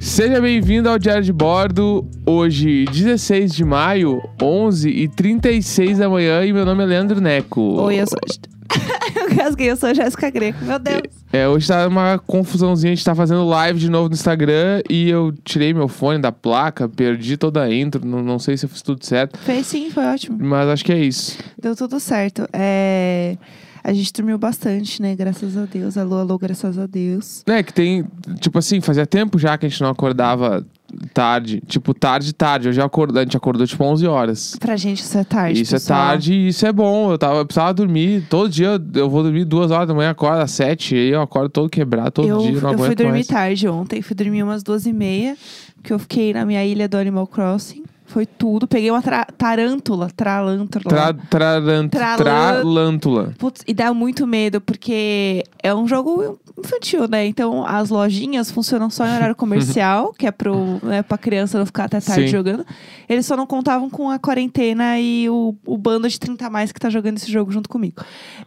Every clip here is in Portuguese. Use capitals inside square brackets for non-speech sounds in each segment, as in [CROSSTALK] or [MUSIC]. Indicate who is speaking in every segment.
Speaker 1: Seja bem-vindo ao Diário de Bordo, hoje 16 de maio, 11h36 da manhã e meu nome é Leandro Neco.
Speaker 2: Oi, eu sou. [LAUGHS] eu casquei, eu sou a Jéssica Greco. Meu Deus.
Speaker 1: É, hoje tá uma confusãozinha, a gente tá fazendo live de novo no Instagram e eu tirei meu fone da placa, perdi toda a intro, não, não sei se eu fiz tudo certo,
Speaker 2: Fez sim, foi ótimo.
Speaker 1: mas acho que é isso.
Speaker 2: Deu tudo certo. É, A gente dormiu bastante, né? Graças a Deus. Alô, alô, graças a Deus.
Speaker 1: É, que tem, tipo assim, fazia tempo já que a gente não acordava tarde, tipo tarde, tarde, hoje eu acordo- a gente acordou tipo 11 horas.
Speaker 2: Pra gente isso é tarde.
Speaker 1: Isso é
Speaker 2: pessoal.
Speaker 1: tarde e isso é bom. Eu, tava, eu precisava dormir. Todo dia eu- eu vou dormir duas horas da manhã, acordo às sete. E aí eu acordo todo quebrado, todo
Speaker 2: eu,
Speaker 1: dia. Não
Speaker 2: eu
Speaker 1: aguento
Speaker 2: fui dormir
Speaker 1: mais.
Speaker 2: tarde ontem, fui dormir umas duas e meia, porque eu fiquei na minha ilha do Animal Crossing. Foi tudo. Peguei uma tra- tarântula, tralântula.
Speaker 1: Tra, traran-
Speaker 2: Tralan-
Speaker 1: Tralântula.
Speaker 2: Putz, e dá muito medo, porque é um jogo infantil, né? Então as lojinhas funcionam só em
Speaker 1: [LAUGHS]
Speaker 2: horário comercial, que é pro, né, pra criança não ficar até tarde
Speaker 1: Sim.
Speaker 2: jogando. Eles só não contavam com a quarentena e o, o bando de 30 a mais que tá jogando esse jogo junto comigo.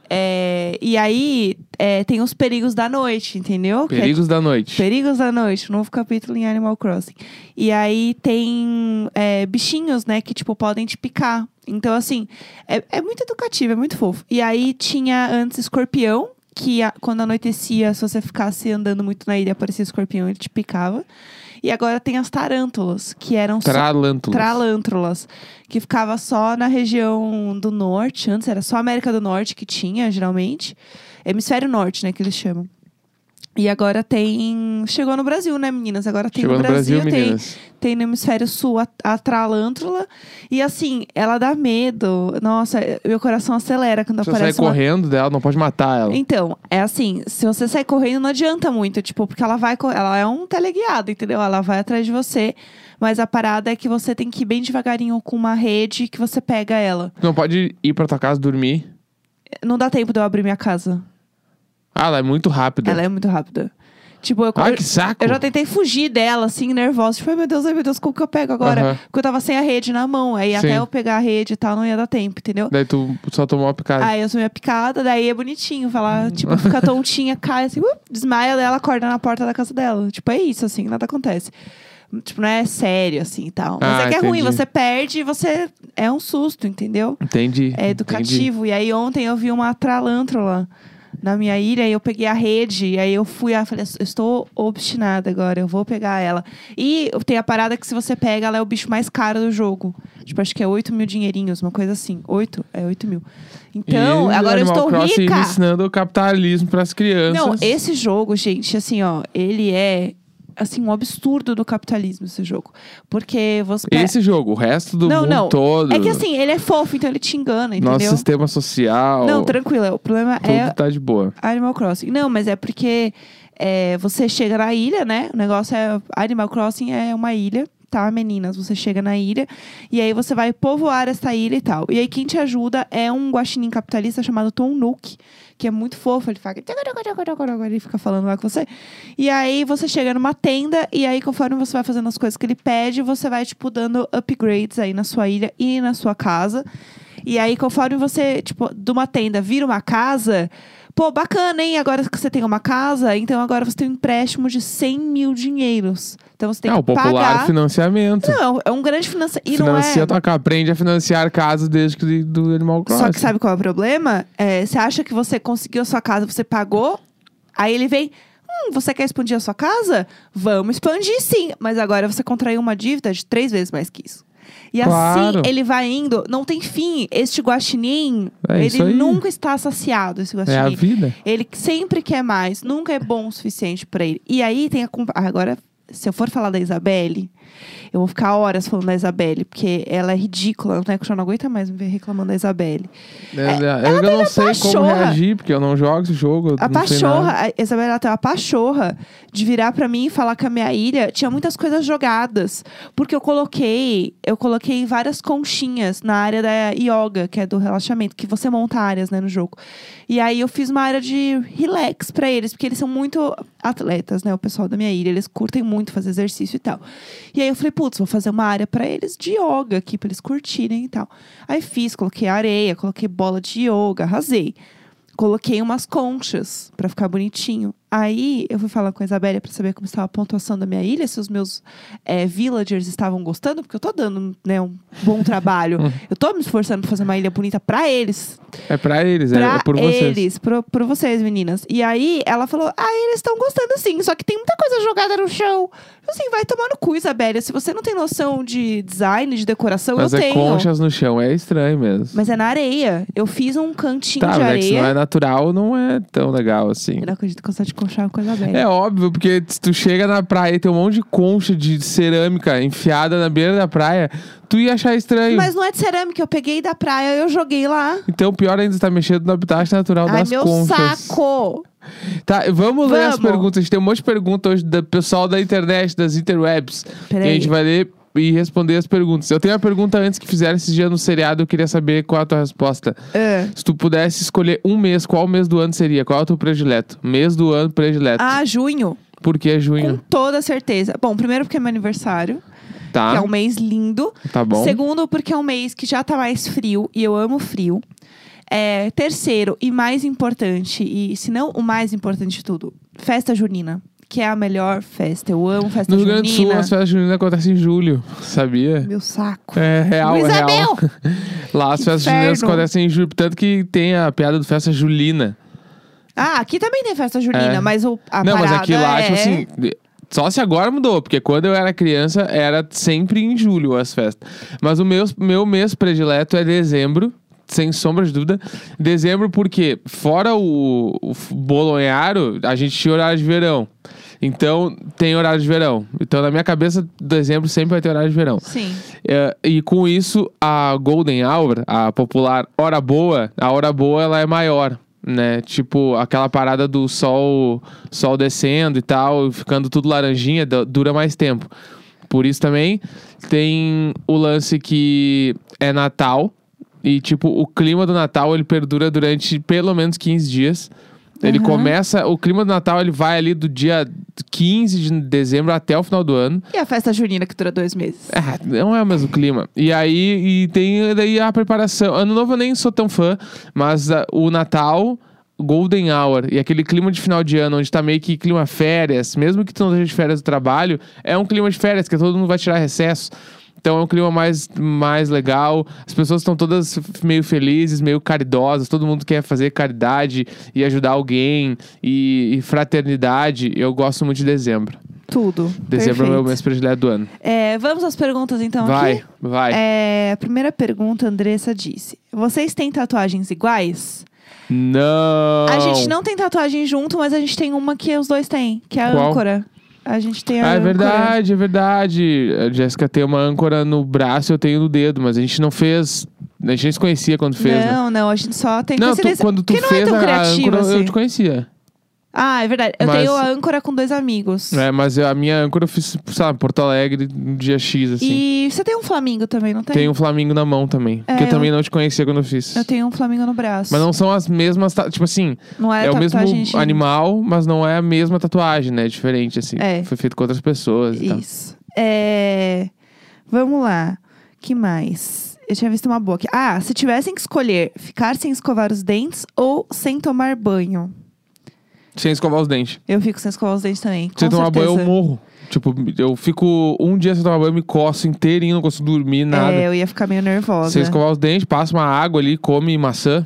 Speaker 2: É, e aí é, tem os perigos da noite, entendeu? Que é
Speaker 1: Perigos da noite.
Speaker 2: Perigos da Noite, um novo capítulo em Animal Crossing. E aí tem é, bichinhos, né, que, tipo, podem te picar. Então, assim, é, é muito educativo, é muito fofo. E aí tinha antes escorpião, que a- quando anoitecia, se você ficasse andando muito na ilha, aparecia escorpião, ele te picava. E agora tem as tarântulas, que eram só-
Speaker 1: Tralântula.
Speaker 2: Tralântulas, que ficava só na região do norte, antes era só América do Norte que tinha, geralmente. Hemisfério Norte, né, que eles chamam. E agora tem. Chegou no Brasil, né, meninas? Agora tem
Speaker 1: Chegou no Brasil,
Speaker 2: tem,
Speaker 1: meninas.
Speaker 2: tem no hemisfério sul a, a tralântula. E assim, ela dá medo. Nossa, meu coração acelera quando
Speaker 1: Você sai
Speaker 2: aparece Tá uma
Speaker 1: correndo dela, não pode matar ela.
Speaker 2: então, é assim, se você sair correndo, não adianta muito, tipo, porque ela vai, co- ela é um teleguiado, entendeu? Ela vai atrás de você, mas a parada é que você tem que ir bem devagarinho com uma rede que você pega ela.
Speaker 1: Não pode ir pra tua casa dormir.
Speaker 2: Não dá tempo de eu abrir minha casa.
Speaker 1: Ah, ela é muito rápida.
Speaker 2: Ela é muito rápida. Tipo, eu,
Speaker 1: Ah,
Speaker 2: eu-
Speaker 1: que saco.
Speaker 2: eu já tentei fugir dela, assim, nervosa. Tipo, ai meu Deus, ai meu Deus, como que eu pego agora?
Speaker 1: Aham.
Speaker 2: Porque eu tava sem a rede na mão. Aí
Speaker 1: Sim.
Speaker 2: até eu pegar a rede e tal, não ia dar tempo, entendeu?
Speaker 1: Daí tu só tomou uma picada.
Speaker 2: Aí eu sou minha picada, daí é bonitinho.
Speaker 1: Uhum.
Speaker 2: Falar, tipo,
Speaker 1: [LAUGHS]
Speaker 2: fica tontinha, cai assim, uh, desmaia dela, acorda na porta da casa dela. Tipo, é isso, assim, nada acontece. Tipo, não é sério, assim e tal. Mas
Speaker 1: Ah,
Speaker 2: é que é ruim,
Speaker 1: entendi.
Speaker 2: você perde e você. É um susto, entendeu?
Speaker 1: Entendi.
Speaker 2: É
Speaker 1: Entendi.
Speaker 2: educativo. E aí ontem eu vi uma tralântula na minha ilha e eu peguei a rede. E aí eu fui, ah, falei, "Eu estou obstinada agora, eu vou pegar ela. E tem a parada que se você pega, ela é o bicho mais caro do jogo. Tipo, acho que é 8 mil dinheirinhos, uma coisa assim. 8? É 8 mil. Então,
Speaker 1: E
Speaker 2: agora eu
Speaker 1: Animal
Speaker 2: estou
Speaker 1: Crossing
Speaker 2: rica.
Speaker 1: ensinando o capitalismo pras crianças.
Speaker 2: Não, esse jogo, gente, assim, ó, ele é assim, um absurdo do capitalismo, esse jogo. Porque você. pe-
Speaker 1: Esse jogo, o resto do
Speaker 2: É. não,
Speaker 1: mundo
Speaker 2: não.
Speaker 1: todo.
Speaker 2: É que assim, ele é fofo, então ele te engana, entendeu?
Speaker 1: Nosso sistema social.
Speaker 2: Não, tranquila. O problema
Speaker 1: tá Tudo
Speaker 2: é
Speaker 1: tá de boa.
Speaker 2: Animal Crossing. Não, mas é porque é, você chega na ilha, né? O negócio é. Animal Crossing é uma ilha, tá, meninas? Você chega na ilha e aí você vai povoar essa ilha e tal. E aí quem te ajuda é um guaxinim capitalista chamado Tom Nook, que é muito fofo. Ele fica. Ele fica falando lá com você. E aí você chega numa tenda e aí conforme você vai fazendo as coisas que ele pede, você vai, tipo, dando upgrades aí na sua ilha e na sua casa. E aí, conforme você, tipo, de uma tenda vira uma casa, pô, bacana, hein? Agora que você tem uma casa, então agora você tem um empréstimo de 100 mil dinheiros. Então você tem
Speaker 1: é
Speaker 2: que
Speaker 1: o popular
Speaker 2: pagar.
Speaker 1: financiamento.
Speaker 2: Não, é um grande financiamento. E
Speaker 1: Financia
Speaker 2: não é.
Speaker 1: tua casa. Aprende a financiar casa desde que do Animal Crossing.
Speaker 2: Só que sabe qual é o problema? É, você acha que você conseguiu a sua casa, você pagou, aí ele vem. Hum, você quer expandir a sua casa? Vamos expandir sim. Mas agora você contraiu uma dívida de três vezes mais que isso. E
Speaker 1: Claro.
Speaker 2: assim ele vai indo, não tem fim. Este guaxinim,
Speaker 1: É isso
Speaker 2: ele
Speaker 1: aí.
Speaker 2: nunca está saciado, esse
Speaker 1: É
Speaker 2: guaxinim.
Speaker 1: a vida.
Speaker 2: Ele sempre quer mais, nunca é bom o suficiente pra ele. E aí tem a. compa- Ah, Agora, se eu for falar da Isabelle, eu vou ficar horas falando da Isabelle, porque ela é ridícula, né? Que eu não aguenta mais me ver reclamando da Isabelle.
Speaker 1: É, eu eu não sei como
Speaker 2: pachorra.
Speaker 1: reagir, porque eu não jogo esse jogo. eu
Speaker 2: A
Speaker 1: não sei nada.
Speaker 2: pachorra, a Isabela ela tem uma pachorra de virar pra mim e falar que a minha ilha tinha muitas coisas jogadas. Porque eu coloquei, eu coloquei várias conchinhas na área da yoga, que é do relaxamento, que você monta áreas, né, no jogo. E aí eu fiz uma área de relax pra eles, porque eles são muito atletas, né, o pessoal da minha ilha, eles curtem muito fazer exercício e tal. E aí eu falei, putz, vou fazer uma área pra eles de yoga aqui pra eles curtirem e tal. Aí fiz, coloquei areia, coloquei bola de yoga, arrasei. Coloquei umas conchas pra ficar bonitinho. Aí eu fui falar com a Isabelle pra saber como estava a pontuação da minha ilha, se os meus eh, villagers estavam gostando, porque eu tô dando né, um bom
Speaker 1: [LAUGHS]
Speaker 2: trabalho. eu tô me esforçando pra fazer uma ilha bonita pra eles.
Speaker 1: É pra eles,
Speaker 2: pra
Speaker 1: é por vocês.
Speaker 2: eles, pro- por vocês, meninas. E aí ela falou: ah, eles estão gostando sim, só que tem muita coisa jogada no chão. Eu assim, vai tomar no cu, Isabelle. Se você não tem noção de design, de decoração,
Speaker 1: Mas
Speaker 2: eu
Speaker 1: é
Speaker 2: tenho.
Speaker 1: conchas no chão, é estranho mesmo.
Speaker 2: Mas é na areia. Eu fiz um cantinho
Speaker 1: tá,
Speaker 2: de
Speaker 1: mas é que se
Speaker 2: areia.
Speaker 1: não é natural, não é tão legal assim.
Speaker 2: Eu não acredito que eu só te conchava com a Isabelle.
Speaker 1: É óbvio, porque se tu chega na praia e tem um monte de concha de cerâmica enfiada na beira da praia, tu ia achar estranho.
Speaker 2: Mas não é de cerâmica, eu peguei da praia eu joguei lá.
Speaker 1: Então, pior ainda, tu tá mexendo no habitat natural
Speaker 2: Ai,
Speaker 1: das
Speaker 2: meu
Speaker 1: conchas.
Speaker 2: saco!
Speaker 1: Tá, vamos, ler as
Speaker 2: Vamos.
Speaker 1: perguntas. Tem um monte de perguntas hoje do pessoal da internet, das interwebs.
Speaker 2: Peraí.
Speaker 1: E a gente vai ler e responder as perguntas. Eu tenho uma pergunta antes que fizeram esse dia no seriado, eu queria saber qual a tua resposta.
Speaker 2: É.
Speaker 1: Se tu pudesse escolher um mês, qual mês do ano seria? Qual é o teu predileto? Mês do ano predileto.
Speaker 2: Ah, Um. junho,
Speaker 1: Por que
Speaker 2: com
Speaker 1: junho?
Speaker 2: toda certeza. Bom, primeiro porque é meu aniversário, que é
Speaker 1: Tá,
Speaker 2: um mês lindo.
Speaker 1: tá bom.
Speaker 2: Segundo, porque é um mês que já tá mais frio e eu amo frio. É, terceiro, e mais importante, e se não o mais importante de tudo, festa junina, que é a melhor festa. Eu amo festa
Speaker 1: No Rio
Speaker 2: junina.
Speaker 1: Grande do Sul, as festas juninas acontecem em julho, sabia?
Speaker 2: Meu saco.
Speaker 1: É real,
Speaker 2: Luísa
Speaker 1: é real.
Speaker 2: Mel!
Speaker 1: [LAUGHS] Lá as
Speaker 2: Que
Speaker 1: festas juninas
Speaker 2: inferno.
Speaker 1: acontecem em julho, tanto que tem a piada do festa julina.
Speaker 2: Ah, aqui também tem festa junina,
Speaker 1: É.
Speaker 2: mas o, a
Speaker 1: Não, mas
Speaker 2: parada
Speaker 1: aqui lá,
Speaker 2: é...
Speaker 1: tipo assim. Só se agora mudou, porque quando eu era criança era sempre em julho as festas. Mas o meu, meu mês predileto é dezembro, sem sombra de dúvida. Dezembro, porque fora o, o f- bolonharo, a gente tinha horário de verão. Então tem horário de verão. Então na minha cabeça, dezembro sempre vai ter horário de verão.
Speaker 2: Sim.
Speaker 1: É, e com isso, a Golden Hour, a popular hora boa, a hora boa ela é maior, né? Tipo, aquela parada do sol, sol descendo e tal, ficando tudo laranjinha, du- dura mais tempo. Por isso também tem o lance que é Natal e tipo, o clima do Natal ele perdura durante pelo menos 15 dias. Ele
Speaker 2: Aham.
Speaker 1: começa, o clima do Natal ele vai ali do dia 15 de dezembro até o final do ano.
Speaker 2: E a festa junina que dura dois meses?
Speaker 1: Ah, não é o mesmo clima. E aí e tem daí a preparação. Ano novo eu nem sou tão fã, mas ah, o Natal, Golden Hour e aquele clima de final de ano, onde tá meio que clima férias, mesmo que tu não esteja de férias do trabalho, é um clima de férias, que todo mundo vai tirar recesso. Então é um clima mais, mais legal. As pessoas estão todas f- meio felizes, meio caridosas. Todo mundo quer fazer caridade e ajudar alguém e, e fraternidade. Eu gosto muito de dezembro.
Speaker 2: Tudo.
Speaker 1: Dezembro é o meu
Speaker 2: Perfeito.
Speaker 1: mês predileto do ano.
Speaker 2: É, vamos às perguntas então
Speaker 1: vai,
Speaker 2: aqui?
Speaker 1: vai.
Speaker 2: É, a primeira pergunta, Andressa disse: Vocês têm tatuagens iguais?
Speaker 1: Não.
Speaker 2: A gente não tem tatuagem junto, mas a gente tem uma que os dois têm, que é a
Speaker 1: Qual?
Speaker 2: âncora. A gente tem a
Speaker 1: Ah, é
Speaker 2: âncora.
Speaker 1: verdade, é verdade. A Jéssica tem uma âncora no braço, eu tenho no dedo, mas a gente não fez. A gente nem se conhecia quando fez, né?
Speaker 2: não, não, a gente só tem
Speaker 1: Não, tu-
Speaker 2: coincidência.
Speaker 1: quando tu
Speaker 2: que não é
Speaker 1: fez
Speaker 2: tão
Speaker 1: a- a
Speaker 2: criativo,
Speaker 1: âncora,
Speaker 2: assim.
Speaker 1: eu te conhecia.
Speaker 2: Ah, é verdade. Eu
Speaker 1: Mas-
Speaker 2: tenho a âncora com dois amigos.
Speaker 1: É, mas eu- a minha âncora eu fiz, sabe, Porto Alegre, no dia X, assim.
Speaker 2: E você tem um flamingo também, não tem?
Speaker 1: Tem um Flamingo na mão também.
Speaker 2: É,
Speaker 1: que eu,
Speaker 2: eu-
Speaker 1: também não te conhecia quando eu fiz.
Speaker 2: Eu tenho um flamingo no braço.
Speaker 1: Mas não são as mesmas. ta- Tipo assim,
Speaker 2: não
Speaker 1: é,
Speaker 2: é,
Speaker 1: o mesmo
Speaker 2: tatuagem de-
Speaker 1: animal, mas não é a mesma tatuagem, né? É diferente, assim.
Speaker 2: É.
Speaker 1: Foi feito com outras pessoas e tal.
Speaker 2: Isso. É, Vamos lá. que mais? Eu tinha visto uma boa aqui. Ah, se tivessem que escolher ficar sem escovar os dentes ou sem tomar banho.
Speaker 1: Sem escovar os dentes.
Speaker 2: Eu fico sem escovar os dentes também. Com
Speaker 1: Se eu tomar banho,
Speaker 2: certeza.
Speaker 1: eu morro. Tipo, eu fico um dia sem tomar banho, eu me coço inteirinho, não consigo dormir, nada.
Speaker 2: É, eu ia ficar meio nervosa.
Speaker 1: Sem escovar os dentes, passa uma água ali, come maçã.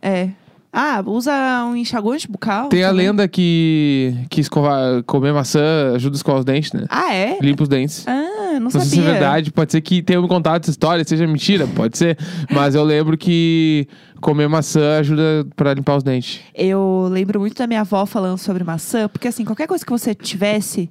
Speaker 2: É. Ah, usa um enxaguante bucal?
Speaker 1: Tem a
Speaker 2: também?
Speaker 1: lenda que, que escovar, comer maçã ajuda a escovar os dentes, né?
Speaker 2: Ah, é?
Speaker 1: Limpa os dentes.
Speaker 2: Ah, não,
Speaker 1: Não
Speaker 2: sabia.
Speaker 1: sei se é verdade, pode ser que tenha me contado essa história, seja mentira, pode ser. Mas eu lembro que comer maçã ajuda pra limpar os dentes.
Speaker 2: Eu lembro muito da minha avó falando sobre maçã, porque assim, qualquer coisa que você tivesse,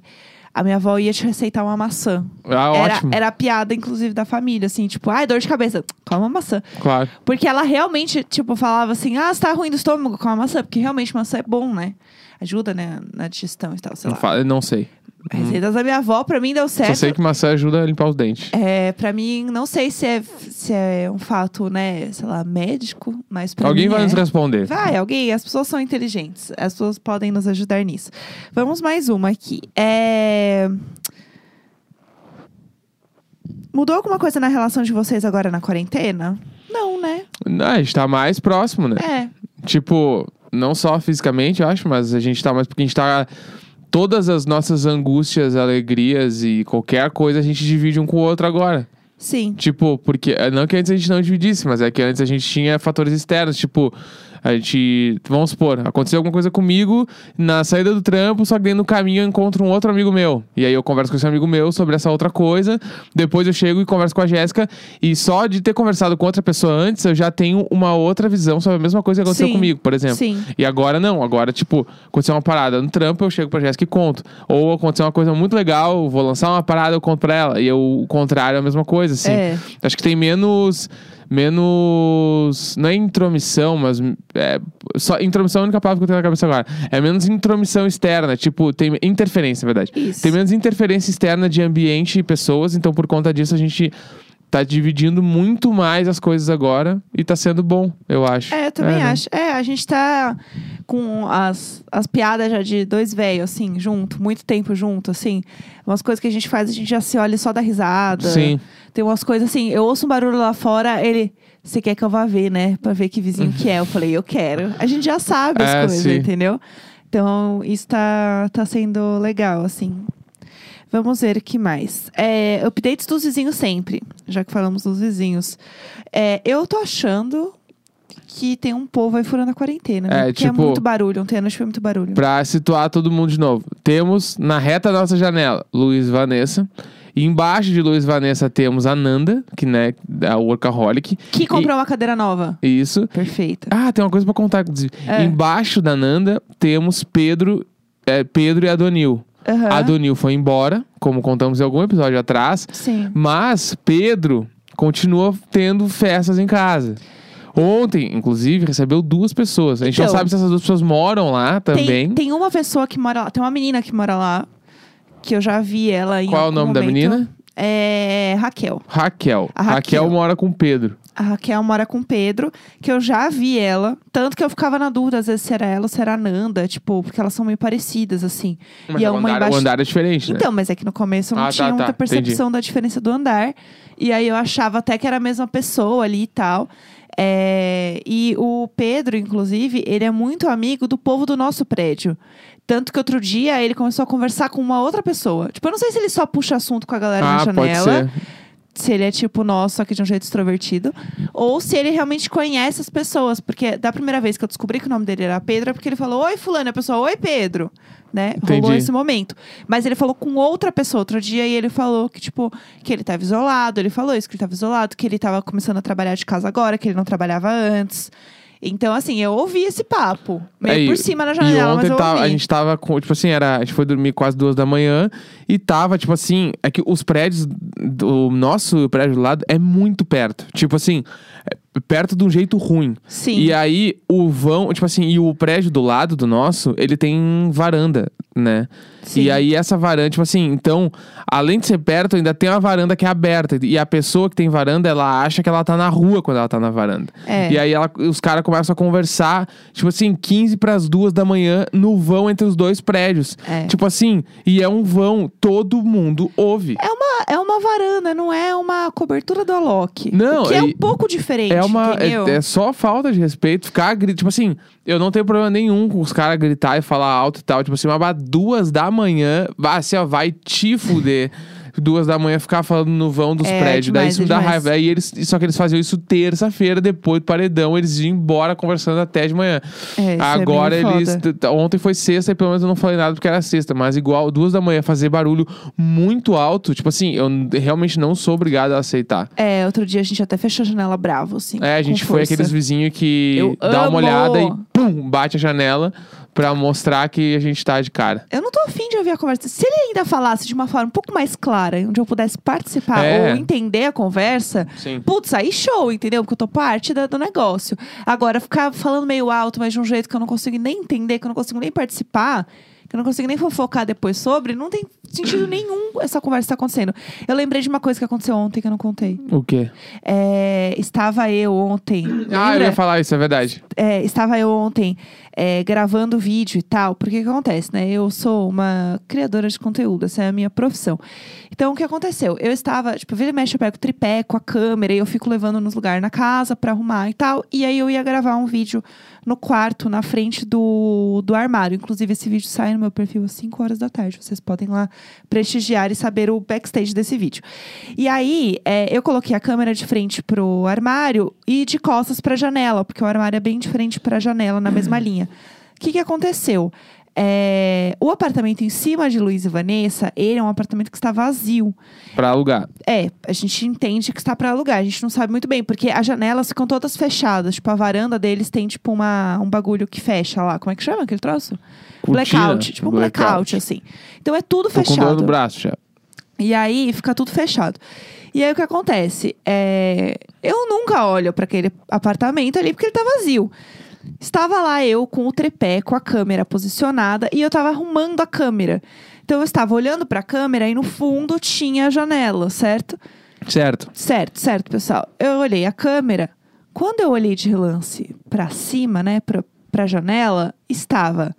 Speaker 2: a minha avó ia te receitar uma maçã.
Speaker 1: Ah,
Speaker 2: era,
Speaker 1: ótimo.
Speaker 2: era a piada, inclusive, da família, assim, tipo, ai, dor de cabeça, coma maçã.
Speaker 1: Claro.
Speaker 2: Porque ela realmente, tipo, falava assim, ah, você tá ruim do estômago, coma maçã, porque realmente maçã é bom, né? Ajuda, né, na digestão e tal, sei
Speaker 1: Não,
Speaker 2: lá.
Speaker 1: fa- não sei.
Speaker 2: Receitas da minha avó, pra mim deu
Speaker 1: Só
Speaker 2: certo.
Speaker 1: sei que maçã ajuda a limpar os dentes.
Speaker 2: É, pra mim, não sei se é, se é um fato, né, sei lá, médico, mas pra
Speaker 1: Alguém
Speaker 2: mim
Speaker 1: vai
Speaker 2: é.
Speaker 1: nos responder.
Speaker 2: Vai, alguém. As pessoas são inteligentes. As pessoas podem nos ajudar nisso. Vamos mais uma aqui. É... Mudou alguma coisa na relação de vocês agora na quarentena? Não, né?
Speaker 1: Não, a gente tá mais próximo, né?
Speaker 2: É.
Speaker 1: Tipo, Não só fisicamente, eu acho, mas a gente tá mais porque a gente tá. Todas as nossas angústias, alegrias e qualquer coisa a gente divide um com o outro agora.
Speaker 2: Sim.
Speaker 1: Tipo, porque. Não que antes a gente não dividisse, mas é que antes a gente tinha fatores externos. Tipo, a gente. Vamos supor, aconteceu alguma coisa comigo na saída do trampo, só que dentro do caminho eu encontro um outro amigo meu. E aí eu converso com esse amigo meu sobre essa outra coisa. Depois eu chego e converso com a Jéssica. E só de ter conversado com outra pessoa antes, eu já tenho uma outra visão sobre a mesma coisa que aconteceu
Speaker 2: Sim.
Speaker 1: comigo, por exemplo.
Speaker 2: Sim.
Speaker 1: E agora não, agora, tipo, aconteceu uma parada no trampo, eu chego pra Jéssica e conto. Ou aconteceu uma coisa muito legal, vou lançar uma parada, eu conto pra ela. E eu, o contrário é a mesma coisa, assim.
Speaker 2: É.
Speaker 1: Acho que tem menos. Menos. Não é intromissão, mas. É, só, intromissão é a única palavra que eu tenho na cabeça agora. É menos intromissão externa. Tipo, tem interferência, na verdade.
Speaker 2: Isso.
Speaker 1: Tem menos interferência externa de ambiente e pessoas. Então, por conta disso, a gente tá dividindo muito mais as coisas agora. E tá sendo bom, eu acho.
Speaker 2: É, eu também
Speaker 1: né?
Speaker 2: acho. É, a gente tá com as, as piadas já de dois velhos, assim, junto, muito tempo junto, assim. Umas coisas que a gente faz, a gente já se olha e só dá risada.
Speaker 1: Sim.
Speaker 2: Tem umas coisas assim, eu ouço um barulho lá fora, ele. Você quer que eu vá ver, né? Pra ver que vizinho que é. Eu falei, eu quero. A gente já sabe
Speaker 1: [LAUGHS]
Speaker 2: as
Speaker 1: É,
Speaker 2: coisas,
Speaker 1: sim.
Speaker 2: entendeu? Então, isso tá, tá sendo legal, assim. Vamos ver o que mais. É, updates dos vizinhos sempre, já que falamos dos vizinhos. É, eu tô achando que tem um povo aí furando a quarentena, né?
Speaker 1: É,
Speaker 2: Porque é
Speaker 1: tipo-
Speaker 2: muito barulho. Ontem à noite foi muito barulho.
Speaker 1: Pra situar todo mundo de novo. Temos na reta da nossa janela Luiz Vanessa. E embaixo de Luiz Vanessa temos a Nanda, que né, a workaholic.
Speaker 2: Que comprou uma cadeira nova.
Speaker 1: Isso.
Speaker 2: Perfeita.
Speaker 1: Ah, tem uma coisa pra contar. inclusive.
Speaker 2: É.
Speaker 1: Embaixo da Nanda temos Pedro, é, Pedro e Adonil.
Speaker 2: Aham.
Speaker 1: Adonil foi embora, como contamos em algum episódio atrás.
Speaker 2: Sim.
Speaker 1: Mas Pedro continua tendo festas em casa. Ontem, inclusive, recebeu duas pessoas. A gente não
Speaker 2: Então.
Speaker 1: sabe se essas duas pessoas moram lá também.
Speaker 2: Tem, tem uma pessoa que mora lá, tem uma menina que mora lá, que eu já vi ela em
Speaker 1: Qual é o
Speaker 2: algum
Speaker 1: nome da
Speaker 2: momento.
Speaker 1: menina?
Speaker 2: É Raquel.
Speaker 1: Raquel.
Speaker 2: A
Speaker 1: Raquel.
Speaker 2: Raquel.
Speaker 1: mora com o Pedro.
Speaker 2: A Raquel mora com o Pedro, que eu já vi ela. Tanto que eu ficava na dúvida, às vezes, se era ela ou se era a Nanda, tipo, porque elas são meio parecidas, assim.
Speaker 1: Mas
Speaker 2: e é
Speaker 1: o,
Speaker 2: uma
Speaker 1: andar,
Speaker 2: embaixo.
Speaker 1: o andar é diferente, né?
Speaker 2: Então, mas é que no começo eu não
Speaker 1: Ah, tá,
Speaker 2: tinha
Speaker 1: tá.
Speaker 2: muita percepção
Speaker 1: Entendi.
Speaker 2: da diferença do andar. E aí eu achava até que era a mesma pessoa ali e tal. É, E o Pedro, inclusive, ele é muito amigo do povo do nosso prédio. Tanto que outro dia ele começou a conversar com uma outra pessoa. Tipo, eu não sei se ele só puxa assunto com a galera na
Speaker 1: ah, pode
Speaker 2: janela
Speaker 1: ser.
Speaker 2: se ele é tipo nosso, só que de um jeito extrovertido, ou se ele realmente conhece as pessoas, porque da primeira vez que eu descobri que o nome dele era Pedro, é porque ele falou, oi fulano, e a pessoa, oi Pedro, né? Rolou
Speaker 1: Entendi.
Speaker 2: esse momento. Mas ele falou com outra pessoa outro dia e ele falou que, tipo, que ele tava isolado, ele falou isso, que ele tava isolado, que ele tava começando a trabalhar de casa agora, que ele não trabalhava antes. Então, assim, eu ouvi esse papo, meio
Speaker 1: Aí,
Speaker 2: por cima na
Speaker 1: É, E
Speaker 2: janela, mas
Speaker 1: ontem
Speaker 2: eu
Speaker 1: tava-
Speaker 2: ouvi.
Speaker 1: a gente tava com, tipo assim, era, a gente foi dormir quase duas da manhã e tava, tipo assim, é que os prédios do nosso prédio do lado é muito perto. Tipo assim, é perto de um jeito ruim.
Speaker 2: Sim.
Speaker 1: E aí, o vão, tipo assim, e o prédio do lado do nosso, ele tem varanda, né?
Speaker 2: Sim.
Speaker 1: E aí, essa varanda, tipo assim, então, além de ser perto, ainda tem uma varanda que é aberta. E a pessoa que tem varanda, ela acha que ela tá na rua quando ela tá na varanda.
Speaker 2: É.
Speaker 1: E aí, ela- os caras começam a conversar, tipo assim, 15 pras 2 da manhã, no vão entre os dois prédios.
Speaker 2: É.
Speaker 1: Tipo assim, e é um vão, todo mundo ouve.
Speaker 2: É uma, é uma varanda, não é uma cobertura do Alok.
Speaker 1: Não,
Speaker 2: o que é,
Speaker 1: e-
Speaker 2: um pouco diferente,
Speaker 1: É uma.
Speaker 2: entendeu?
Speaker 1: É, é só falta de respeito. Ficar gritando. Tipo assim, eu não tenho problema nenhum com os caras gritar e falar alto e tal. Tipo assim, mas duas da manhã, vai, assim, ó, vai te fuder. [LAUGHS] Duas da manhã ficar falando no vão dos
Speaker 2: É,
Speaker 1: prédios.
Speaker 2: demais,
Speaker 1: Daí isso
Speaker 2: é
Speaker 1: me dá
Speaker 2: demais.
Speaker 1: raiva. Aí eles, só que eles faziam isso terça-feira, depois do paredão, eles iam embora conversando até de manhã.
Speaker 2: É, isso é
Speaker 1: Agora
Speaker 2: bem
Speaker 1: eles.
Speaker 2: foda.
Speaker 1: t- t- Ontem foi sexta e pelo menos eu não falei nada porque era sexta, mas igual, duas da manhã fazer barulho muito alto, tipo assim, eu n- realmente não sou obrigado a aceitar.
Speaker 2: É, outro dia a gente até fechou a janela bravo, assim.
Speaker 1: É, a gente
Speaker 2: com
Speaker 1: foi
Speaker 2: força.
Speaker 1: aqueles vizinhos que
Speaker 2: Eu
Speaker 1: dá
Speaker 2: amo!
Speaker 1: uma olhada e pum, bate a janela pra mostrar que a gente tá de cara.
Speaker 2: Eu não tô afim de ouvir a conversa. Se ele ainda falasse de uma forma um pouco mais clara, onde eu pudesse participar
Speaker 1: É.
Speaker 2: ou entender a conversa,
Speaker 1: Sim.
Speaker 2: putz, aí show, entendeu? Porque eu tô parte da- do negócio. Agora, ficar falando meio alto, mas de um jeito que eu não consigo nem entender, que eu não consigo nem participar, que eu não consigo nem fofocar depois sobre, não tem
Speaker 1: [COUGHS]
Speaker 2: sentido nenhum essa conversa tá acontecendo. Eu lembrei de uma coisa que aconteceu ontem que eu não contei.
Speaker 1: O quê?
Speaker 2: É, estava eu ontem.
Speaker 1: Ah, eu
Speaker 2: lembra?
Speaker 1: ia falar isso, é verdade.
Speaker 2: É, estava eu ontem é, gravando vídeo e tal, porque o que acontece, né? Eu sou uma criadora de conteúdo, essa é a minha profissão. Então, o que aconteceu? Eu estava, tipo, vira e mexe, eu pego o tripé com a câmera e eu fico levando nos lugares na casa pra arrumar e tal. E aí eu ia gravar um vídeo no quarto, na frente do, do armário. Inclusive, esse vídeo sai no meu perfil às 5 horas da tarde. Vocês podem lá prestigiar e saber o backstage desse vídeo. E aí, é, eu coloquei a câmera de frente pro armário e de costas pra janela, porque o armário é bem de frente pra janela, na mesma linha. O que, que aconteceu? É, o apartamento em cima de Luiz e Vanessa, ele é um apartamento que está vazio.
Speaker 1: Pra alugar.
Speaker 2: É, a gente entende que está para alugar, a gente não sabe muito bem, porque as janelas ficam todas fechadas. Tipo, a varanda deles tem, tipo, uma, um bagulho que fecha lá. Como é que chama aquele troço?
Speaker 1: Cortina.
Speaker 2: Blackout. Tipo, um blackout, assim. Então é tudo
Speaker 1: Tô com dor
Speaker 2: fechado.
Speaker 1: no braço já.
Speaker 2: E aí fica tudo fechado. E aí o que acontece? É, Eu nunca olho para aquele apartamento ali porque ele tá vazio. Estava lá eu com o tripé, com a câmera posicionada e eu estava arrumando a câmera. Então eu estava olhando para a câmera e no fundo tinha a janela, certo?
Speaker 1: Certo.
Speaker 2: Certo, certo, pessoal. Eu olhei a câmera. Quando eu olhei de relance pra cima, né, pra, pra janela, estava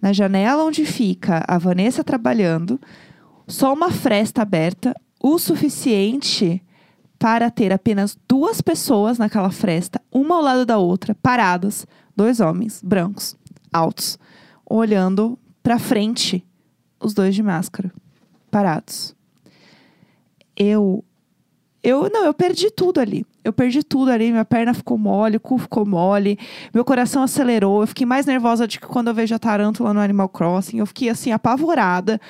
Speaker 2: na janela onde fica a Vanessa trabalhando, só uma fresta aberta, o suficiente para ter apenas duas pessoas naquela fresta, uma ao lado da outra, paradas, dois homens brancos, altos, olhando pra frente, os dois de máscara, parados. Eu eu não, eu perdi tudo ali. Eu perdi tudo ali, minha perna ficou mole, o cu ficou mole, meu coração acelerou, eu fiquei mais nervosa de que quando eu vejo a tarântula no Animal Crossing, eu fiquei assim apavorada.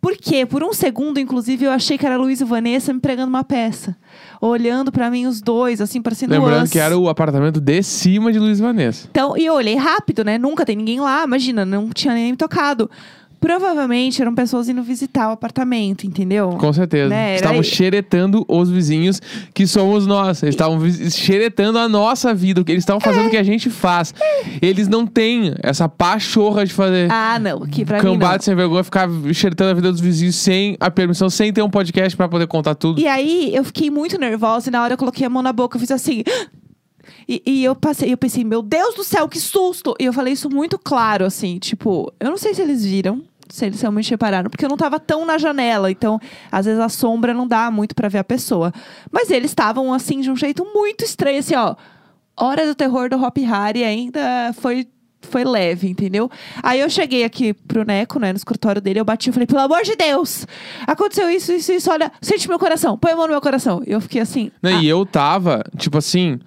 Speaker 2: Por quê? Por um segundo, inclusive, eu achei que era Luiz e Vanessa me pregando uma peça, olhando pra mim os dois, assim, parecendo
Speaker 1: Lembrando
Speaker 2: us.
Speaker 1: que era o apartamento de cima de Luiz e Vanessa.
Speaker 2: Então, e eu olhei rápido, né? Nunca tem ninguém lá, imagina, não tinha nem me tocado. Provavelmente eram pessoas indo visitar o apartamento, entendeu?
Speaker 1: Com certeza.
Speaker 2: Né, era-
Speaker 1: Estavam xeretando os vizinhos, que somos nós. Eles estavam vi- xeretando a nossa vida, o que eles estavam fazendo o que a gente faz. Eles não têm essa pachorra de fazer.
Speaker 2: Ah, não, que pra mim não.
Speaker 1: Cambado sem vergonha, ficar xeretando a vida dos vizinhos sem a permissão, sem ter um podcast pra poder contar tudo.
Speaker 2: E aí eu fiquei muito nervosa e na hora eu coloquei a mão na boca, eu fiz assim. E, e eu passei, eu pensei, meu Deus do céu, que susto! E eu falei isso muito claro, assim, tipo, eu não sei se eles viram, se eles realmente repararam, porque eu não tava tão na janela, então às vezes a sombra não dá muito pra ver a pessoa. Mas eles estavam, assim, de um jeito muito estranho, assim, ó. Hora do terror do Hop Harry ainda foi. Foi leve, entendeu? Aí eu cheguei aqui pro Neco, né, no escritório dele, eu bati e falei, pelo amor de Deus! Aconteceu isso, isso, isso, olha, sente meu coração, põe a mão no meu coração. E eu fiquei assim.
Speaker 1: Né, E eu tava, tipo assim,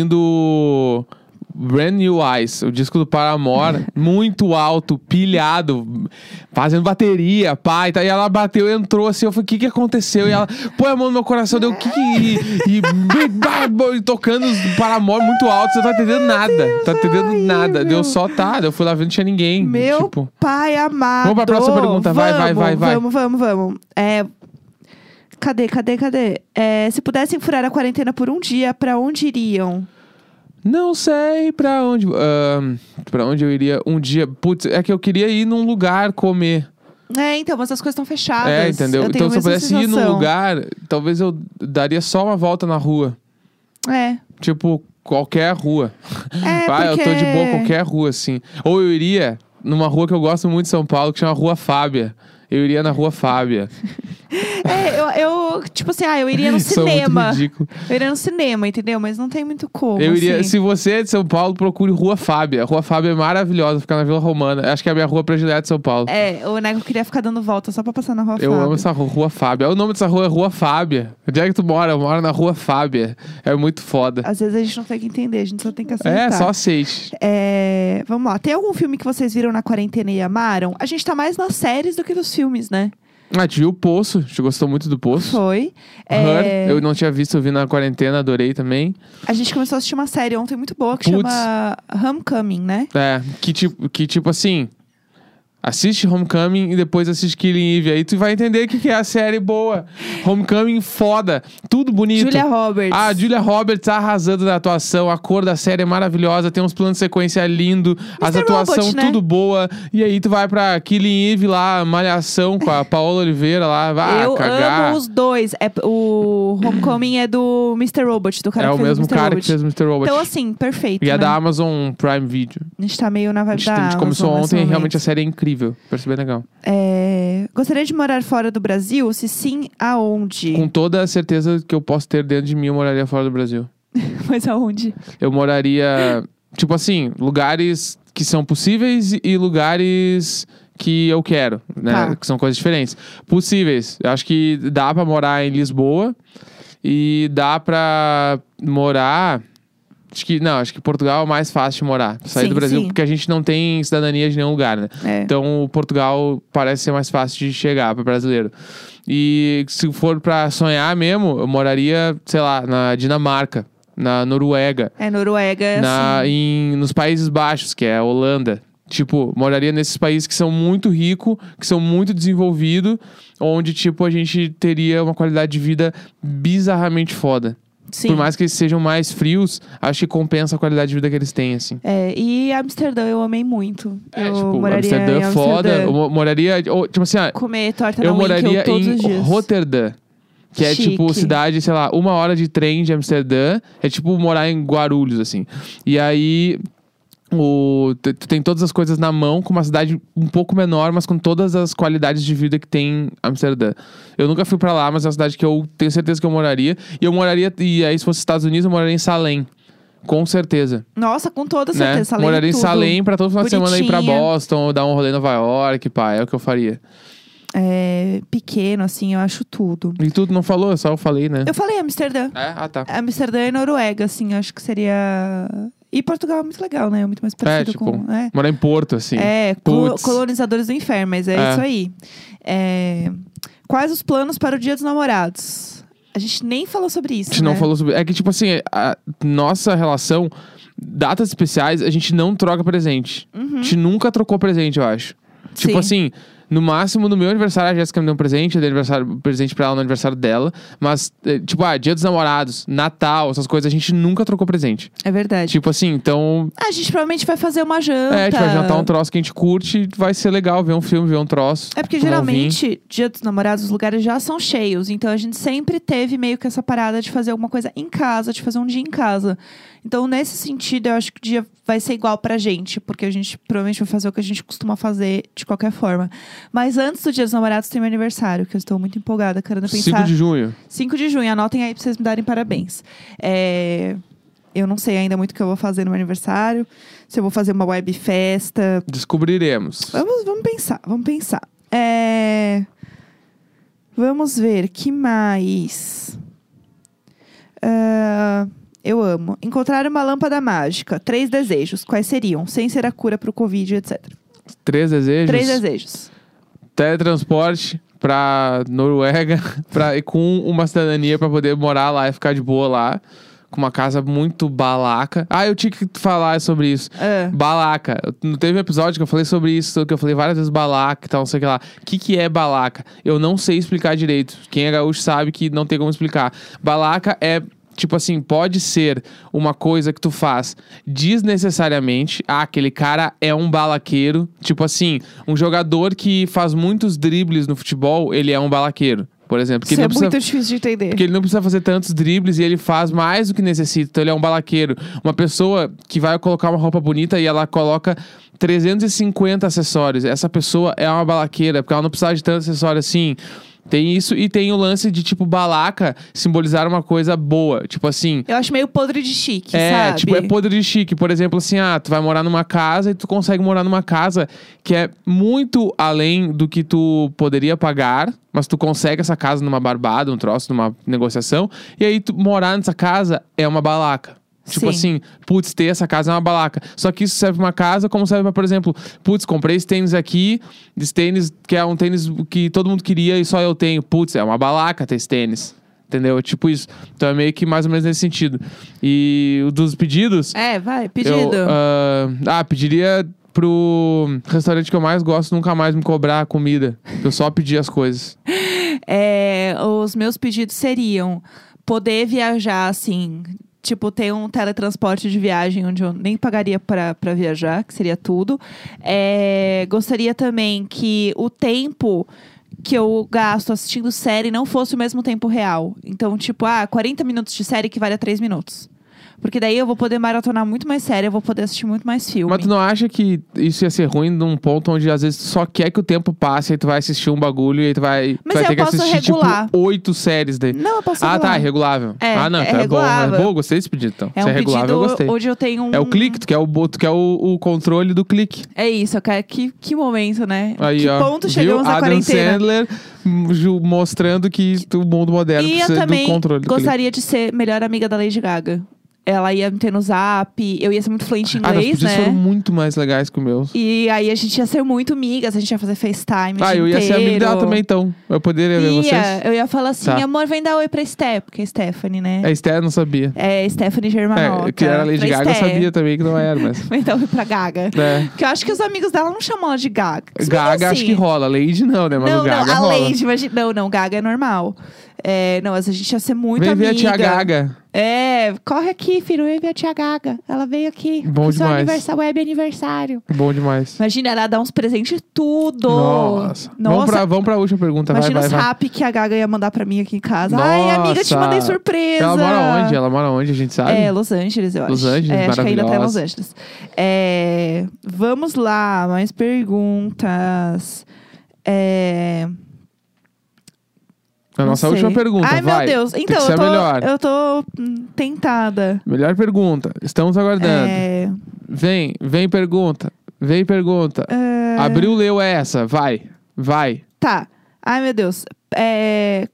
Speaker 1: ouvindo Brand New Eyes, o disco do
Speaker 2: [LAUGHS]
Speaker 1: Paramore, muito alto, pilhado, fazendo bateria, pá, e, tal. E ela bateu, entrou assim, eu falei, o que que aconteceu? E ela põe a mão no meu coração, deu o que que... E, e, blá, blá, e [LAUGHS] tocando os Paramore muito alto, você não tá entendendo nada, tá entendendo
Speaker 2: horrível.
Speaker 1: nada. Deu só, tá, eu fui lá ver, não tinha ninguém.
Speaker 2: Meu
Speaker 1: Tipo,
Speaker 2: pai amado.
Speaker 1: Vamos pra próxima pergunta, vai, vai, vai, vai.
Speaker 2: Vamos, vamos, vamos. É, cadê, cadê, cadê? É, se pudessem furar a quarentena por um dia, pra onde iriam?
Speaker 1: Não sei pra onde. ahn, pra onde eu iria um dia. Putz, é que eu queria ir num lugar comer.
Speaker 2: É, então, mas as coisas estão fechadas.
Speaker 1: É, entendeu?
Speaker 2: Eu
Speaker 1: Então,
Speaker 2: tenho a
Speaker 1: se eu
Speaker 2: mesma
Speaker 1: pudesse ir num
Speaker 2: sensação.
Speaker 1: lugar, talvez eu daria só uma volta na rua.
Speaker 2: É.
Speaker 1: Tipo, qualquer rua.
Speaker 2: É,
Speaker 1: [LAUGHS] Vai,
Speaker 2: porque...
Speaker 1: eu tô de boa em qualquer rua, assim. Ou eu iria numa rua que eu gosto muito de São Paulo, que chama Rua Fábia. Eu iria na Rua Fábia.
Speaker 2: É, eu, eu, tipo assim, ah,
Speaker 1: [LAUGHS]
Speaker 2: eu iria no
Speaker 1: Sou
Speaker 2: cinema.
Speaker 1: é Muito ridículo.
Speaker 2: Eu iria no cinema, entendeu? Mas não tem muito como.
Speaker 1: eu iria.
Speaker 2: assim.
Speaker 1: Se você é de São Paulo, procure Rua Fábia. A Rua Fábia é maravilhosa, fica na Vila Romana. Acho que é a minha rua predileta de São Paulo.
Speaker 2: É, o Nego queria ficar dando volta só pra passar na rua
Speaker 1: Eu
Speaker 2: Fábio.
Speaker 1: amo essa rua, Rua Fábia. O nome dessa rua é Rua Fábia. Onde é que tu mora? Eu moro na Rua Fábia. É muito foda.
Speaker 2: Às vezes a gente não tem que entender, a gente só tem que aceitar.
Speaker 1: É, só aceite.
Speaker 2: É, vamos lá. Tem algum filme que vocês viram na quarentena e amaram? A gente tá mais nas séries do que nos filmes, né?
Speaker 1: Ah, te viu o Poço. Te gostou muito do Poço?
Speaker 2: Foi.
Speaker 1: Her,
Speaker 2: É,
Speaker 1: eu não tinha visto, eu vi na quarentena, adorei também.
Speaker 2: A gente começou a assistir uma série ontem muito boa que
Speaker 1: Putz.
Speaker 2: chama Homecoming, né?
Speaker 1: É, que tipo, que tipo assim... Assiste Homecoming e depois assiste Killing Eve. Aí tu vai entender o que, que é a série boa. Homecoming foda. Tudo bonito.
Speaker 2: Julia Roberts.
Speaker 1: Ah, a Julia Roberts tá arrasando na atuação. A cor da série é maravilhosa. Tem uns planos de sequência lindo. as
Speaker 2: Mr.
Speaker 1: atuação
Speaker 2: Robot, né?
Speaker 1: tudo boa. E aí tu vai pra Killing Eve lá, Malhação com a Paola Oliveira lá. Vai
Speaker 2: eu
Speaker 1: Ah, cagar.
Speaker 2: amo os dois. É, o Homecoming é do Mr. Robot, do cara
Speaker 1: é
Speaker 2: que
Speaker 1: o
Speaker 2: fez
Speaker 1: mesmo
Speaker 2: Mr.
Speaker 1: cara
Speaker 2: Robot.
Speaker 1: que fez o Mr. Robot.
Speaker 2: Então, assim, perfeito.
Speaker 1: e é
Speaker 2: né?
Speaker 1: da Amazon Prime Video.
Speaker 2: A gente tá meio na
Speaker 1: A
Speaker 2: vibe
Speaker 1: gente,
Speaker 2: da
Speaker 1: a gente
Speaker 2: Amazon
Speaker 1: começou
Speaker 2: nesse
Speaker 1: ontem e
Speaker 2: momento.
Speaker 1: realmente a série é incrível. Perceber legal.
Speaker 2: É, Gostaria de morar fora do Brasil? Se sim, aonde?
Speaker 1: Com toda a certeza que eu posso ter dentro de mim, eu moraria fora do Brasil.
Speaker 2: [LAUGHS] Mas aonde?
Speaker 1: Eu moraria, tipo assim, lugares que são possíveis e lugares que eu quero, né?
Speaker 2: Tá.
Speaker 1: Que são coisas diferentes. Possíveis. Eu acho que dá pra morar em Lisboa e dá pra morar. Acho que, não, acho que Portugal é o mais fácil de morar. Sair
Speaker 2: Sim,
Speaker 1: do Brasil,
Speaker 2: sim.
Speaker 1: porque a gente não tem cidadania de nenhum lugar, né?
Speaker 2: É.
Speaker 1: Então, o Portugal parece ser mais fácil de chegar para brasileiro. E se for para sonhar mesmo, eu moraria, sei lá, na Dinamarca, na Noruega,
Speaker 2: É Noruega, é
Speaker 1: na, em, nos Países Baixos, que é a Holanda. Tipo, moraria nesses países que são muito ricos, que são muito desenvolvidos, onde, tipo, a gente teria uma qualidade de vida bizarramente foda.
Speaker 2: assim.
Speaker 1: Por
Speaker 2: Sim.
Speaker 1: mais que eles sejam mais frios, acho que compensa a qualidade de vida que eles têm, assim.
Speaker 2: É, e Amsterdã eu amei muito.
Speaker 1: é,
Speaker 2: eu
Speaker 1: tipo,
Speaker 2: moraria
Speaker 1: Amsterdã
Speaker 2: em
Speaker 1: é foda. Eu
Speaker 2: Amsterdã.
Speaker 1: mo- moraria. ou, tipo assim, ah,
Speaker 2: Comer torta
Speaker 1: eu
Speaker 2: Tá na
Speaker 1: moraria
Speaker 2: Winkel todos os
Speaker 1: em
Speaker 2: dias.
Speaker 1: Roterdã. Que é tipo
Speaker 2: Chique.
Speaker 1: cidade, sei lá, uma hora de trem de Amsterdã. É tipo morar em Guarulhos, assim. E aí. O, tu tu tem todas as coisas na mão, com uma cidade um pouco menor, mas com todas as qualidades de vida que tem Amsterdã. Eu nunca fui pra lá, mas é uma cidade que eu tenho certeza que eu moraria. E eu moraria, e aí se fosse Estados Unidos, eu moraria em Salem. Com certeza.
Speaker 2: Nossa, com toda
Speaker 1: né?
Speaker 2: certeza. Salem é
Speaker 1: moraria em
Speaker 2: tudo.
Speaker 1: Salem pra todo final de semana ir pra
Speaker 2: Bonitinha.
Speaker 1: Boston, ou dar um rolê em Nova York, pá. É o que eu faria.
Speaker 2: É, pequeno, assim, eu acho tudo.
Speaker 1: E tu não falou, só eu falei, né?
Speaker 2: Eu falei Amsterdã.
Speaker 1: É? Ah, tá.
Speaker 2: Amsterdã e Noruega, assim, eu acho que seria. E Portugal é muito legal, né? É muito mais parecido
Speaker 1: tipo,
Speaker 2: com. É,
Speaker 1: Morar em Porto, assim.
Speaker 2: é colo-
Speaker 1: Putz.
Speaker 2: colonizadores do inferno, mas é,
Speaker 1: É.
Speaker 2: isso aí. É, Quais os planos para o Dia dos Namorados? A gente nem falou sobre isso.
Speaker 1: A gente não
Speaker 2: né?
Speaker 1: falou sobre. É que, tipo assim, a nossa relação, datas especiais, a gente não troca presente. A gente nunca trocou presente, eu acho. Tipo
Speaker 2: Uhum. Sim.
Speaker 1: assim, no máximo, no meu aniversário, a Jéssica me deu um presente, eu dei aniversário, um presente pra ela no aniversário dela. Mas, eh, tipo, ah, dia dos namorados, Natal, essas coisas, a gente nunca trocou presente.
Speaker 2: É verdade.
Speaker 1: Tipo assim, então
Speaker 2: Ah, A gente provavelmente vai fazer uma janta.
Speaker 1: É, a gente vai jantar um troço que a gente curte, vai ser legal ver um filme, ver um troço.
Speaker 2: É porque
Speaker 1: tomar um vinho.
Speaker 2: geralmente, dia dos namorados, os lugares já são cheios. Então a gente sempre teve meio que essa parada de fazer alguma coisa em casa, de fazer um dia em casa. Então, nesse sentido, eu acho que o dia vai ser igual pra gente, porque a gente provavelmente vai fazer o que a gente costuma fazer de qualquer forma. Mas antes do dia dos namorados tem meu aniversário, que eu estou muito empolgada, querendo
Speaker 1: 5
Speaker 2: pensar.
Speaker 1: de junho.
Speaker 2: 5 de junho, anotem aí pra vocês me darem parabéns. É, Eu não sei ainda muito o que eu vou fazer no meu aniversário, se eu vou fazer uma web festa,
Speaker 1: Descobriremos.
Speaker 2: Vamos, vamos pensar, vamos pensar. É... Vamos ver, que mais? Ah, Eu amo. Encontrar uma lâmpada mágica. Três desejos. Quais seriam? Sem ser a cura pro Covid, etc.
Speaker 1: Três desejos.
Speaker 2: Três desejos.
Speaker 1: Teletransporte pra Noruega [LAUGHS] pra, e com uma cidadania pra poder morar lá e ficar de boa lá. Com uma casa muito balaca. Ah, eu tinha que falar sobre isso.
Speaker 2: Ah,
Speaker 1: Balaca. Não teve um episódio que eu falei sobre isso, que eu falei várias vezes balaca e tal, não sei o que lá. O que, que é balaca? Eu não sei explicar direito. Quem é gaúcho sabe que não tem como explicar. Balaca é. Tipo assim, pode ser uma coisa que tu faz desnecessariamente. Ah, aquele cara é um balaqueiro. Tipo assim, um jogador que faz muitos dribles no futebol, ele é um balaqueiro, por exemplo. Porque
Speaker 2: isso
Speaker 1: ele
Speaker 2: é
Speaker 1: não precisa
Speaker 2: muito difícil de entender.
Speaker 1: porque ele não precisa fazer tantos dribles e ele faz mais do que necessita. Então ele é um balaqueiro. Uma pessoa que vai colocar uma roupa bonita e ela coloca 350 acessórios. Essa pessoa é uma balaqueira, porque ela não precisa de tanto acessório assim. Tem isso e tem o lance de, tipo, balaca simbolizar uma coisa boa. Tipo assim,
Speaker 2: Eu acho meio podre de chique,
Speaker 1: é,
Speaker 2: sabe?
Speaker 1: tipo, é podre de chique. Por exemplo, assim, ah, tu vai morar numa casa e tu consegue morar numa casa que é muito além do que tu poderia pagar, mas tu consegue essa casa numa barbada, um troço, numa negociação. E aí, tu morar nessa casa é uma balaca. Tipo
Speaker 2: Sim.
Speaker 1: assim, putz, ter essa casa é uma balaca. Só que isso serve pra uma casa, como serve pra, por exemplo, putz, comprei esse tênis aqui, esse tênis que é um tênis que todo mundo queria e só eu tenho. Putz, é uma balaca ter esse tênis. Entendeu? É Tipo isso. Então é meio que mais ou menos nesse sentido. E o dos pedidos.
Speaker 2: É, vai, É pedido.
Speaker 1: Eu, ah, ah, pediria pro restaurante que eu mais gosto nunca mais me cobrar a comida. Eu só pedi as coisas.
Speaker 2: É, os meus pedidos seriam poder viajar assim. Tipo, ter um teletransporte de viagem onde eu nem pagaria pra pra viajar, que seria tudo. É, gostaria também que o tempo que eu gasto assistindo série não fosse o mesmo tempo real. Então, tipo, ah, 40 minutos de série equivale a 3 minutos. Porque daí eu vou poder maratonar muito mais série, eu vou poder assistir muito mais filme.
Speaker 1: Mas tu não acha que isso ia ser ruim num ponto onde às vezes tu só quer que o tempo passe, aí tu vai assistir um bagulho e aí tu vai, tu
Speaker 2: Mas
Speaker 1: vai
Speaker 2: eu
Speaker 1: ter que
Speaker 2: posso
Speaker 1: assistir
Speaker 2: regular.
Speaker 1: tipo oito séries daí.
Speaker 2: Não, eu posso
Speaker 1: ah, tá,
Speaker 2: regular.
Speaker 1: é regulável.
Speaker 2: É,
Speaker 1: ah, não,
Speaker 2: é
Speaker 1: tá bom.
Speaker 2: regulável.
Speaker 1: Mas, bom, gostei desse pedido então.
Speaker 2: É
Speaker 1: Se
Speaker 2: um
Speaker 1: é regulável,
Speaker 2: pedido
Speaker 1: eu gostei.
Speaker 2: onde eu tenho um...
Speaker 1: É o clique, tu quer o, bo- tu quer o, o controle do clique.
Speaker 2: É isso, eu quero- que, que momento, né?
Speaker 1: Aí,
Speaker 2: que
Speaker 1: ó.
Speaker 2: ponto
Speaker 1: viu?
Speaker 2: chegamos na
Speaker 1: Adam
Speaker 2: quarentena.
Speaker 1: Sandler hum, ju- mostrando que o mundo moderno
Speaker 2: E eu
Speaker 1: precisa do
Speaker 2: também
Speaker 1: controle do clique.
Speaker 2: gostaria de ser melhor amiga da Lady Gaga. Ela ia me ter no zap, eu ia ser muito fluente em
Speaker 1: Ah, meus
Speaker 2: inglês,
Speaker 1: pedidos
Speaker 2: né?
Speaker 1: foram muito mais legais que os meus.
Speaker 2: E aí a gente ia ser muito amigas, a gente ia fazer FaceTime. o
Speaker 1: Ah,
Speaker 2: dia
Speaker 1: eu ia ser amigo
Speaker 2: inteiro.
Speaker 1: dela também, então. Eu poderia ver vocês.
Speaker 2: Ia, eu ia falar assim,
Speaker 1: Tá.
Speaker 2: amor, vem dar oi pra Steph, porque é Stephanie, né?
Speaker 1: A Esther não sabia.
Speaker 2: É, Stephanie Germanotta.
Speaker 1: É, que era Lady
Speaker 2: Pra
Speaker 1: Gaga, eu
Speaker 2: Steph.
Speaker 1: sabia também que não era, mas.
Speaker 2: [LAUGHS] Vem dar oi pra Gaga.
Speaker 1: É.
Speaker 2: Porque eu acho que os amigos dela não chamam ela de Gaga. Se bem
Speaker 1: Gaga acho
Speaker 2: assim,
Speaker 1: que rola. Lady não, né? Mas
Speaker 2: Não,
Speaker 1: o Gaga
Speaker 2: não, a
Speaker 1: rola.
Speaker 2: Lady, imagina. Não, não, Gaga é normal. É, não, mas a gente ia ser muito
Speaker 1: Vem ver
Speaker 2: amiga.
Speaker 1: a tia Gaga.
Speaker 2: É, corre aqui, filho, vem ver a tia Gaga. Ela veio aqui.
Speaker 1: Bom
Speaker 2: pro seu
Speaker 1: demais.
Speaker 2: aniversário, web aniversário.
Speaker 1: Bom demais.
Speaker 2: Imagina, ela dar uns presentes tudo.
Speaker 1: Nossa. Vamos, pra, vamos pra última pergunta.
Speaker 2: Imagina
Speaker 1: vai,
Speaker 2: os
Speaker 1: vai, vai.
Speaker 2: rap que a Gaga ia mandar pra mim aqui em casa. Ai, amiga, te
Speaker 1: Nossa.
Speaker 2: mandei surpresa.
Speaker 1: Ela mora onde? Ela mora onde, a gente sabe?
Speaker 2: É, Los Angeles, eu acho.
Speaker 1: Los Angeles,
Speaker 2: é, acho que ainda tá em Los
Speaker 1: maravilhosa.
Speaker 2: Angeles. É, vamos lá, mais perguntas. É,
Speaker 1: a
Speaker 2: não
Speaker 1: nossa
Speaker 2: sei.
Speaker 1: última pergunta.
Speaker 2: Ai,
Speaker 1: vai.
Speaker 2: meu Deus.
Speaker 1: Tem que
Speaker 2: Então,
Speaker 1: ser
Speaker 2: eu tô,
Speaker 1: melhor.
Speaker 2: eu tô hum, tentada.
Speaker 1: Melhor pergunta. Estamos aguardando.
Speaker 2: É,
Speaker 1: Vem, vem pergunta. Vem pergunta.
Speaker 2: é,
Speaker 1: Abriu, leu essa. Vai, vai.
Speaker 2: Tá. Ai, meu Deus. É,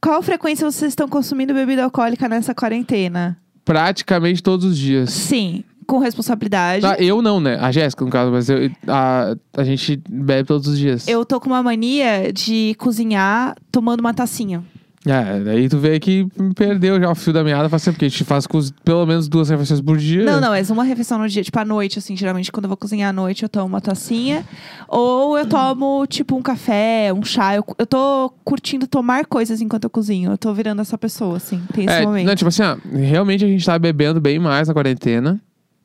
Speaker 2: Qual frequência vocês estão consumindo bebida alcoólica nessa quarentena?
Speaker 1: Praticamente todos os dias.
Speaker 2: Sim, com responsabilidade.
Speaker 1: Tá, eu não, né? A Jéssica, no caso, mas eu- a, a gente bebe todos os dias.
Speaker 2: Eu tô com uma mania de cozinhar tomando uma tacinha.
Speaker 1: É, daí tu vê que perdeu já o fio da meada faz tempo, porque a gente faz com os- pelo menos duas refeições por dia.
Speaker 2: Não, não, é uma refeição no dia, tipo à noite, assim, geralmente quando eu vou cozinhar à noite eu tomo uma tacinha. Ou eu tomo, tipo, um café, um chá. Eu, eu tô curtindo tomar coisas enquanto eu cozinho. Eu tô virando essa pessoa, assim, tem esse
Speaker 1: É,
Speaker 2: momento.
Speaker 1: não, tipo assim, ó, realmente a gente tá bebendo bem mais na quarentena.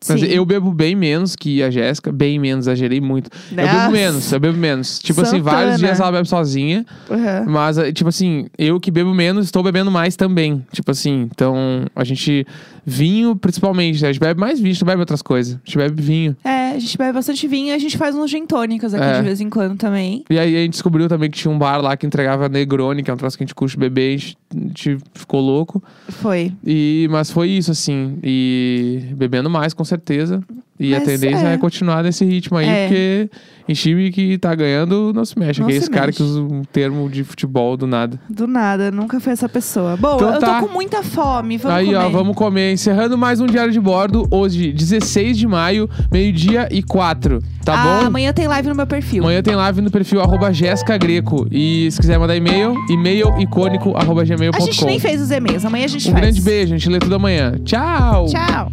Speaker 1: Mas
Speaker 2: Sim.
Speaker 1: eu bebo bem menos que a Jéssica, bem menos, exagerei muito. Eu
Speaker 2: Nossa.
Speaker 1: bebo menos, eu bebo menos. Tipo assim,
Speaker 2: Santana.
Speaker 1: vários dias ela bebe sozinha,
Speaker 2: Uhum.
Speaker 1: mas eh, tipo assim, eu que bebo menos, estou bebendo mais também. Tipo assim, então a gente vinho principalmente, né? a gente bebe mais vinho, a gente não bebe outras coisas. A gente bebe vinho.
Speaker 2: É, a gente bebe bastante vinho e a gente faz uns gin tônicas aqui
Speaker 1: É.
Speaker 2: de vez em quando também.
Speaker 1: E aí a gente descobriu também que tinha um bar lá que entregava Negroni, que é um troço que a gente curte beber, a gente, a gente ficou louco.
Speaker 2: Foi.
Speaker 1: E, mas foi isso, assim. E bebendo mais, com certeza. E a
Speaker 2: Mas,
Speaker 1: tendência é.
Speaker 2: é.
Speaker 1: continuar nesse ritmo aí,
Speaker 2: É.
Speaker 1: porque em time que tá ganhando, não se mexe.
Speaker 2: Não
Speaker 1: que é
Speaker 2: se
Speaker 1: esse cara
Speaker 2: mexe.
Speaker 1: que usa um termo de futebol do nada.
Speaker 2: Do nada, nunca fui essa pessoa. Bom,
Speaker 1: Então
Speaker 2: eu
Speaker 1: tá.
Speaker 2: tô com muita fome, vamos
Speaker 1: aí,
Speaker 2: comer.
Speaker 1: ó, vamos comer. Encerrando mais um Diário de Bordo, hoje, 16 de maio, meio-dia e quatro. Tá
Speaker 2: Ah,
Speaker 1: bom?
Speaker 2: Amanhã tem live no meu perfil.
Speaker 1: Amanhã tem live no perfil arroba Jéssica Greco. E se quiser mandar e-mail, e-mail icônico arroba
Speaker 2: A gente
Speaker 1: gmail.com.
Speaker 2: nem fez os e-mails, amanhã a gente
Speaker 1: Um
Speaker 2: faz.
Speaker 1: grande beijo, a gente lê tudo amanhã. Tchau!
Speaker 2: Tchau.